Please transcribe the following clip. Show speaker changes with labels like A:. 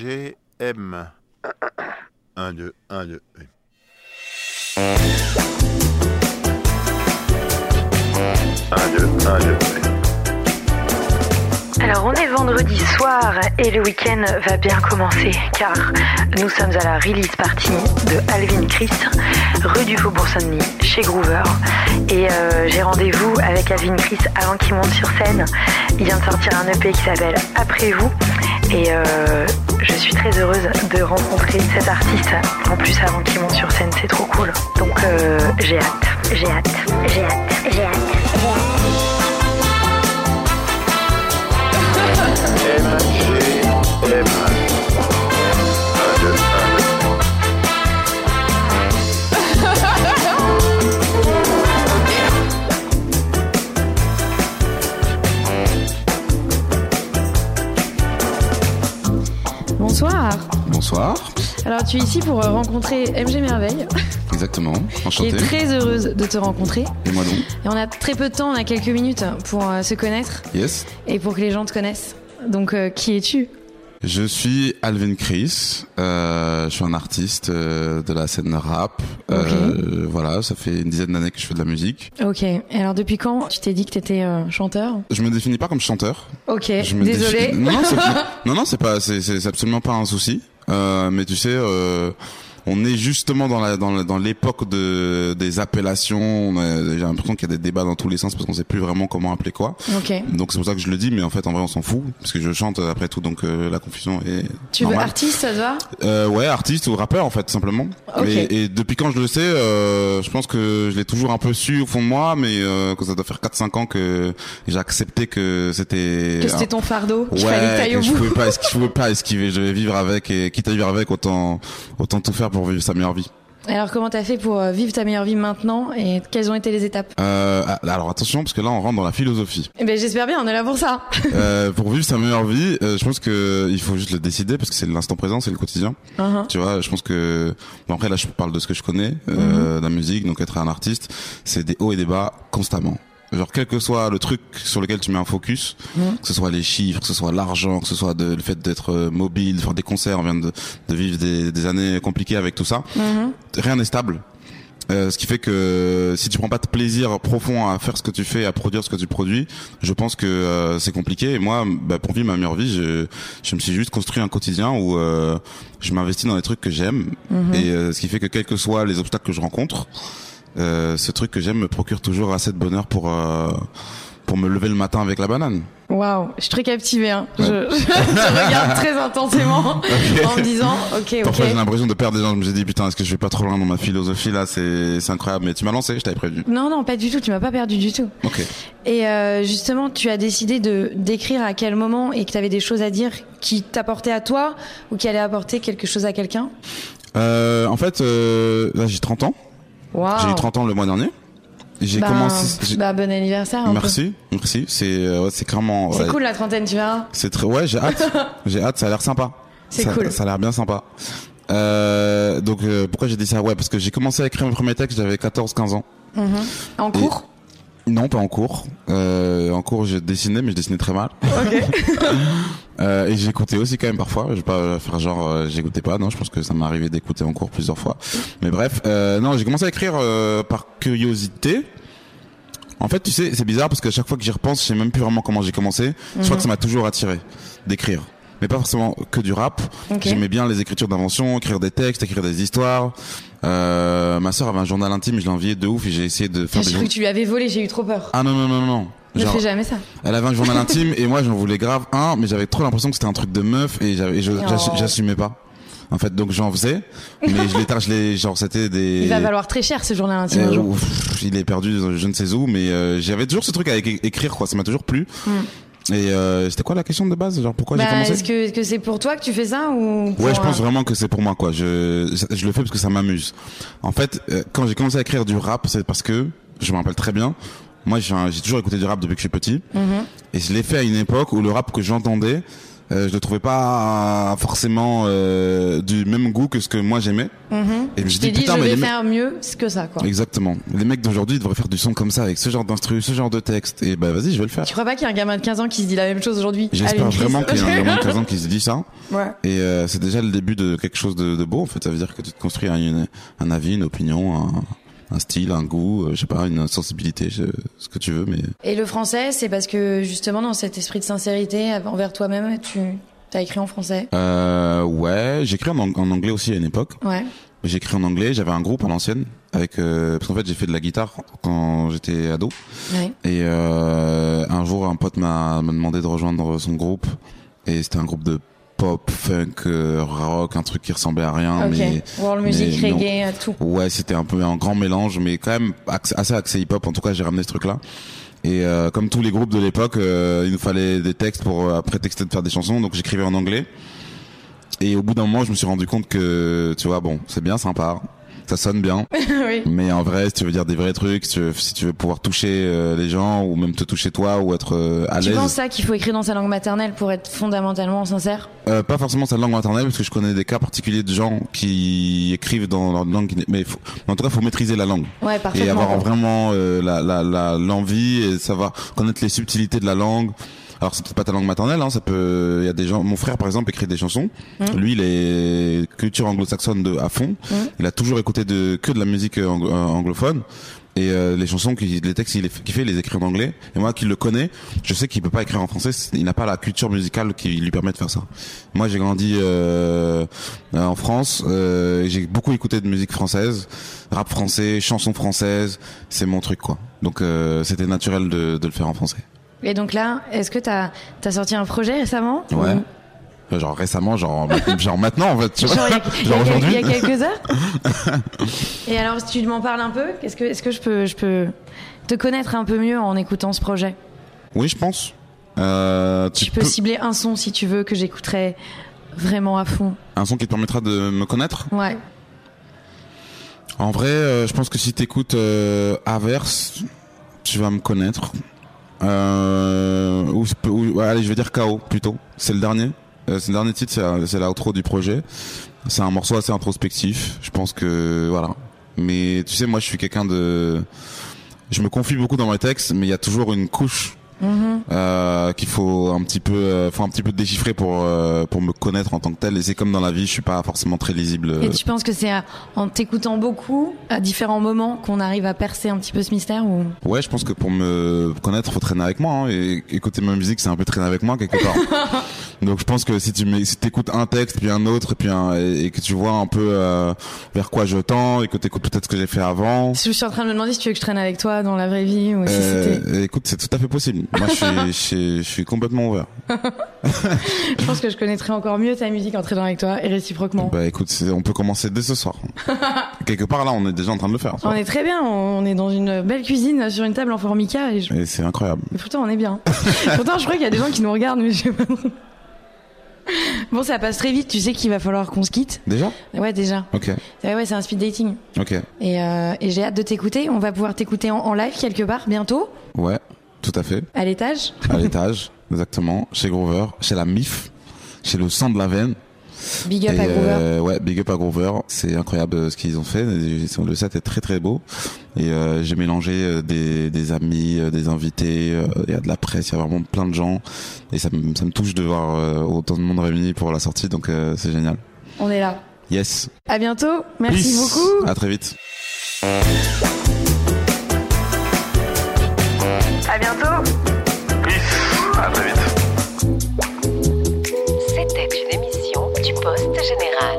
A: MGM. 1, 2, 1, 2.
B: Alors on est vendredi soir et le week-end va bien commencer car nous sommes à la release party de Alvin Christ, rue du Faubourg-Saint-Denis, chez Groover. Et euh, j'ai rendez-vous avec Alvin Christ avant qu'il monte sur scène. Il vient de sortir un EP qui s'appelle Après vous. Et euh, je suis très heureuse de rencontrer cet artiste. En plus avant qu'il monte sur scène, c'est trop cool. Donc euh, j'ai hâte, j'ai hâte, j'ai hâte, j'ai hâte.
A: MGM. 1, 2, 1, 2.
C: Bonsoir.
D: Bonsoir,
C: Alors tu es ici pour euh, rencontrer MG Merveille.
D: exactement,
C: qui
D: enchanté.
C: est très heureuse de te rencontrer.
D: Et moi donc,
C: Et on a très peu de temps, on a quelques minutes pour euh, se connaître
D: yes.
C: et pour que les gens te connaissent. Donc euh, qui es-tu
D: Je suis Alvin Chris, euh, je suis un artiste euh, de la scène rap. Euh, voilà, ça fait une dizaine d'années que je fais de la musique.
C: Ok. Et alors depuis quand tu t'es dit que t'étais euh, chanteur
D: Je me définis pas comme chanteur.
C: Ok.
D: Je me
C: Désolée.
D: définis- Non, non, c'est non, non, c'est pas, c'est- c'est c'est absolument pas un souci. Euh, mais tu sais, euh, on est justement dans la dans la- dans l'époque de des appellations. On a- J'ai l'impression qu'il y a des débats dans tous les sens parce qu'on sait plus vraiment comment appeler quoi.
C: Ok.
D: Donc c'est pour ça que je le dis, mais en fait en vrai on s'en fout parce que je chante euh, après tout, donc euh, la confusion est
C: Tu veux
D: normale.
C: artiste, ça te va
D: Euh, ouais, artiste ou rappeur en fait simplement.
C: Ok.
D: Et, et depuis quand je le sais, euh, je pense que je l'ai toujours un peu su au fond de moi, mais euh, que ça doit faire 4-5 ans que j'ai accepté que c'était.
C: Que c'était ton fardeau.
D: Ouais,
C: Il fallait que t'ailles
D: que
C: au
D: je
C: bout.
D: pouvais pas, esqui- je pouvais pas esquiver. Je vais vivre avec et quitte à vivre avec, autant autant tout faire pour vivre sa meilleure vie.
C: Alors comment t'as fait pour euh, vivre ta meilleure vie maintenant et quelles ont été les étapes
D: Euh, ah, alors attention parce que là on rentre dans la philosophie.
C: Eh ben j'espère bien, on est là pour ça.
D: Euh, pour vivre sa meilleure vie, euh, je pense que il faut juste le décider parce que c'est l'instant présent, c'est le quotidien.
C: Uh-huh.
D: Tu vois, je pense que bon, après là, je parle de ce que je connais, euh, de la musique, donc être un artiste, c'est des hauts et des bas constamment. Genre quel que soit le truc sur lequel tu mets un focus,
C: Mhm.
D: que ce soit les chiffres, que ce soit l'argent, que ce soit de, le fait d'être euh, mobile, de faire des concerts, on vient de, de vivre des, des années compliquées avec tout ça
C: Mhm.
D: rien n'est stable. Euh, ce qui fait que euh, si tu prends pas de plaisir profond à faire ce que tu fais, à produire ce que tu produis, je pense que euh, c'est compliqué. Et moi, bah, pour vivre ma meilleure vie, je, je me suis juste construit un quotidien où euh, je m'investis dans les trucs que j'aime.
C: Mhm.
D: Et euh, ce qui fait que quels que soient les obstacles que je rencontre, euh, ce truc que j'aime me procure toujours assez de bonheur pour euh, pour me lever le matin avec la banane.
C: Waouh, je suis très captivée. Hein. Je,
D: Ouais.
C: je te regarde très intensément en me disant, ok, ok.
D: Parfois, j'ai l'impression de perdre des gens. Je me suis dit putain, est-ce que je vais pas trop loin dans ma philosophie là C'est c'est incroyable. Mais tu m'as lancé, je t'avais prévu.
C: Non, non, pas du tout. Tu m'as pas perdu du tout.
D: Ok.
C: Et euh, justement, tu as décidé de d'écrire à quel moment et que tu avais des choses à dire qui t'apportaient à toi ou qui allaient apporter quelque chose à quelqu'un.
D: Euh, en fait, euh, là j'ai 30 ans.
C: Waouh.
D: J'ai eu 30 ans le mois dernier. J'ai
C: Ben,
D: commencé. j'ai-
C: bah, bon anniversaire. un peu.
D: merci, merci. C'est euh, ouais, c'est clairement.
C: C'est
D: ouais.
C: cool la trentaine, tu verras.
D: C'est très. Ouais, j'ai hâte. j'ai hâte. Ça a l'air sympa.
C: C'est
D: ça,
C: cool.
D: Ça a l'air bien sympa. Euh, donc euh, pourquoi j'ai dit ça Ouais, parce que j'ai commencé à écrire mes premiers textes. J'avais 14-15 ans.
C: Mhm. En cours.
D: Non, pas en cours. Euh, en cours, je dessinais, mais je dessinais très mal. Euh, et j'écoutais aussi quand même parfois. Je vais pas faire genre euh, j'écoutais pas. Non, je pense que ça m'est arrivé d'écouter en cours plusieurs fois. Mais bref, euh, non, j'ai commencé à écrire euh, par curiosité. En fait, tu sais, c'est bizarre parce qu'à chaque fois que j'y repense, je sais même plus vraiment comment j'ai commencé. Je crois que ça m'a toujours attiré d'écrire. Mais pas forcément que du rap.
C: Ok.
D: J'aimais bien les écritures d'invention, écrire des textes, écrire des histoires. Euh, ma sœur avait un journal intime, je l'ai envié de ouf et j'ai essayé de faire
C: J'ai
D: des
C: cru
D: jour-
C: que tu lui avais volé. J'ai eu trop peur.
D: Ah non non non non, non.
C: ne
D: Genre-
C: fais jamais ça.
D: elle avait un journal intime et moi j'en voulais grave un, mais j'avais trop l'impression que c'était un truc de meuf et j'avais, et je- j'assu-
C: Oh.
D: j'assumais pas. En fait, donc j'en faisais, mais je l'ai, tar- je l'ai, genre c'était des.
C: Il va valoir très cher ce journal intime un
D: Euh,
C: jour.
D: ouf, il est perdu, dans je ne sais où, mais euh, j'avais toujours ce truc à é- écrire quoi, ça m'a toujours plu. Et euh, c'était quoi la question de base, genre pourquoi j'ai
C: Hmm. Bah,
D: commencé
C: est-ce que est-ce que c'est pour toi que tu fais ça ou pour
D: Ouais, je
C: un-
D: pense vraiment que c'est pour moi quoi. Je je le fais parce que ça m'amuse. En fait, euh, quand j'ai commencé à écrire du rap, c'est parce que je me rappelle très bien.
C: Mhm.
D: Moi, j'ai un- j'ai toujours écouté du rap depuis que je suis petit. Et je l'ai fait à une époque où le rap que j'entendais, euh, je le trouvais pas forcément euh, du même goût que ce que moi j'aimais.
C: Mhm.
D: Et je me
C: Je
D: suis
C: t'ai
D: dit,
C: dit,
D: putain,
C: je
D: mais
C: vais
D: les mecs-
C: faire mieux que ça, quoi.
D: Exactement. Les mecs d'aujourd'hui ils devraient faire du son comme ça, avec ce genre d'instru, ce genre de texte. Et bah vas-y, je vais le faire.
C: Tu crois pas qu'il y a un gamin de 15 ans qui se dit la même chose aujourd'hui
D: J'espère
C: Allez, une
D: vraiment qu'il
C: crise.
D: y a un gamin de 15 ans qui se dit ça.
C: Ouais.
D: Et euh, c'est déjà le début de quelque chose de, de beau en fait. Ça veut dire que tu te construis un, une- un avis, une opinion, un, un style, un goût, euh, je sais pas, une sensibilité, je- ce que tu veux. Mais
C: Et le français, c'est parce que justement, dans cet esprit de sincérité envers toi-même, tu as écrit en français.
D: euh, ouais, j'écris en, ang- en anglais aussi à une époque.
C: Ouais.
D: J'écris en anglais. J'avais un groupe à l'ancienne avec euh, parce qu'en fait j'ai fait de la guitare quand j'étais ado.
C: ouais.
D: Et euh, un jour, un pote m'a m'a demandé de rejoindre son groupe. Et c'était un groupe de pop, funk, euh, rock, un truc qui ressemblait à rien.
C: ok.
D: Mais
C: World music,
D: mais non.
C: reggae, tout.
D: ouais, c'était un peu un grand mélange, mais quand même axe- assez axé hip-hop. En tout cas, j'ai ramené ce truc-là. Et euh, comme tous les groupes de l'époque, euh, il nous fallait des textes pour euh, prétexter de faire des chansons. Donc j'écrivais en anglais. Et au bout d'un moment, je me suis rendu compte que, tu vois, bon, c'est bien sympa, ça sonne bien,
C: oui.
D: mais en vrai, si tu veux dire des vrais trucs, si tu veux, si tu veux pouvoir toucher euh, les gens ou même te toucher toi ou être euh, à
C: Tu penses
D: l'aise,
C: ça qu'il faut écrire dans sa langue maternelle pour être fondamentalement sincère
D: euh, pas forcément sa langue maternelle parce que je connais des cas particuliers de gens qui écrivent dans leur langue, qui n'est- mais faut- mais en tout cas, faut maîtriser la langue
C: Ouais,
D: et
C: parfaitement.
D: avoir vraiment euh, la la- la- l'envie et savoir connaître les subtilités de la langue. Alors c'est peut-être pas ta langue maternelle, hein, ça peut. Il y a des gens. Mon frère par exemple écrit des chansons. Lui, il est culture anglo-saxonne de à fond. Il a toujours écouté de que de la musique euh, ang- euh, anglophone. Et euh, les chansons, qui, les textes qu'il est- qu'il fait, il les écrit en anglais. Et moi, qui le connais, je sais qu'il peut pas écrire en français. c'est- Il n'a pas la culture musicale qui lui permet de faire ça. Moi, j'ai grandi euh, euh, en France. euh, j'ai beaucoup écouté de musique française, rap français, chansons françaises. C'est mon truc, quoi. Donc, euh, c'était naturel de, de le faire en français.
C: Et donc là, est-ce que t'as as sorti un projet récemment
D: Ouais.
C: Ou-
D: Enfin, Genre récemment, genre, genre maintenant, en fait. Tu vois
C: Genre, il y a- il y a, il y
D: Genre
C: a
D: aujourd'hui.
C: quelques heures Et alors, si tu m'en parles un peu, est-ce que, est que je, peux, je peux te connaître un peu mieux en écoutant ce projet
D: Oui, je pense. Euh,
C: Tu peux cibler un son si tu veux que j'écouterai vraiment à fond.
D: Un son qui te permettra de me connaître.
C: Ouais.
D: En vrai, euh, je pense que si t'écoutes euh, Averse, tu vas me connaître. Euh, ou, je peux- ou- ouais, allez, je vais dire KO plutôt. C'est le dernier. Euh, c'est le dernier titre, c'est- c'est l'outro du projet. C'est un morceau assez introspectif. Je pense que voilà. Mais tu sais, moi, je suis quelqu'un de. Je me confie beaucoup dans mes textes, mais il y a toujours une couche
C: Mhm.
D: euh, qu'il faut un petit peu, euh, faut un petit peu déchiffrer pour euh, pour me connaître en tant que tel. Et c'est comme dans la vie, je suis pas forcément très lisible. euh,
C: Et tu penses que c'est à- en t'écoutant beaucoup, à différents moments, qu'on arrive à percer un petit peu ce mystère ou...
D: Ouais, je pense que pour me connaître, faut traîner avec moi. hein, et écouter ma musique, c'est un peu traîner avec moi quelque part. Donc je pense que si tu mets- si t'écoutes un texte puis un autre puis un, et, et que tu vois un peu euh, vers quoi je tends et que t'écoutes peut-être ce que j'ai fait avant.
C: Je suis en train de me demander si tu veux que je traîne avec toi dans la vraie vie ou si c'était...
D: euh, écoute, c'est tout à fait possible. Moi, je suis, je, suis- je suis complètement ouvert.
C: Je pense que je connaîtrais encore mieux ta musique en traînant avec toi et réciproquement.
D: Bah écoute, c'est- on peut commencer dès ce soir. quelque part là, on est déjà en train de le faire. tu
C: On
D: vois.
C: est très bien, on est dans une belle cuisine sur une table en formica et, je-
D: Et c'est incroyable.
C: et pourtant on est bien. pourtant je crois qu'il y a des gens qui nous regardent mais je sais pas. Bon ça passe très vite, tu sais qu'il va falloir qu'on se quitte.
D: Déjà
C: Ouais déjà.
D: Ok,
C: Ouais, ouais c'est un speed dating.
D: ok,
C: Et, euh, et j'ai hâte de t'écouter, on va pouvoir t'écouter en, en live quelque part bientôt,
D: ouais, tout à fait.
C: à l'étage.
D: à l'étage, exactement, chez Grover, chez la MIF, chez le sang de la veine.
C: Big up
D: Et,
C: à Groover.
D: euh, ouais, big up à Grover, c'est incroyable euh, ce qu'ils ont fait. Le set est très très beau et euh, j'ai mélangé euh, des, des amis, euh, des invités, euh, il y a de la presse, il y a vraiment plein de gens et ça, me- ça me touche de voir euh, autant de monde réuni pour la sortie, donc euh, c'est génial.
C: On est là.
D: Yes.
C: À bientôt, merci
D: Peace.
C: beaucoup.
D: À très vite.
B: À bientôt.
E: À très vite.
F: C'était une émission du Poste Général.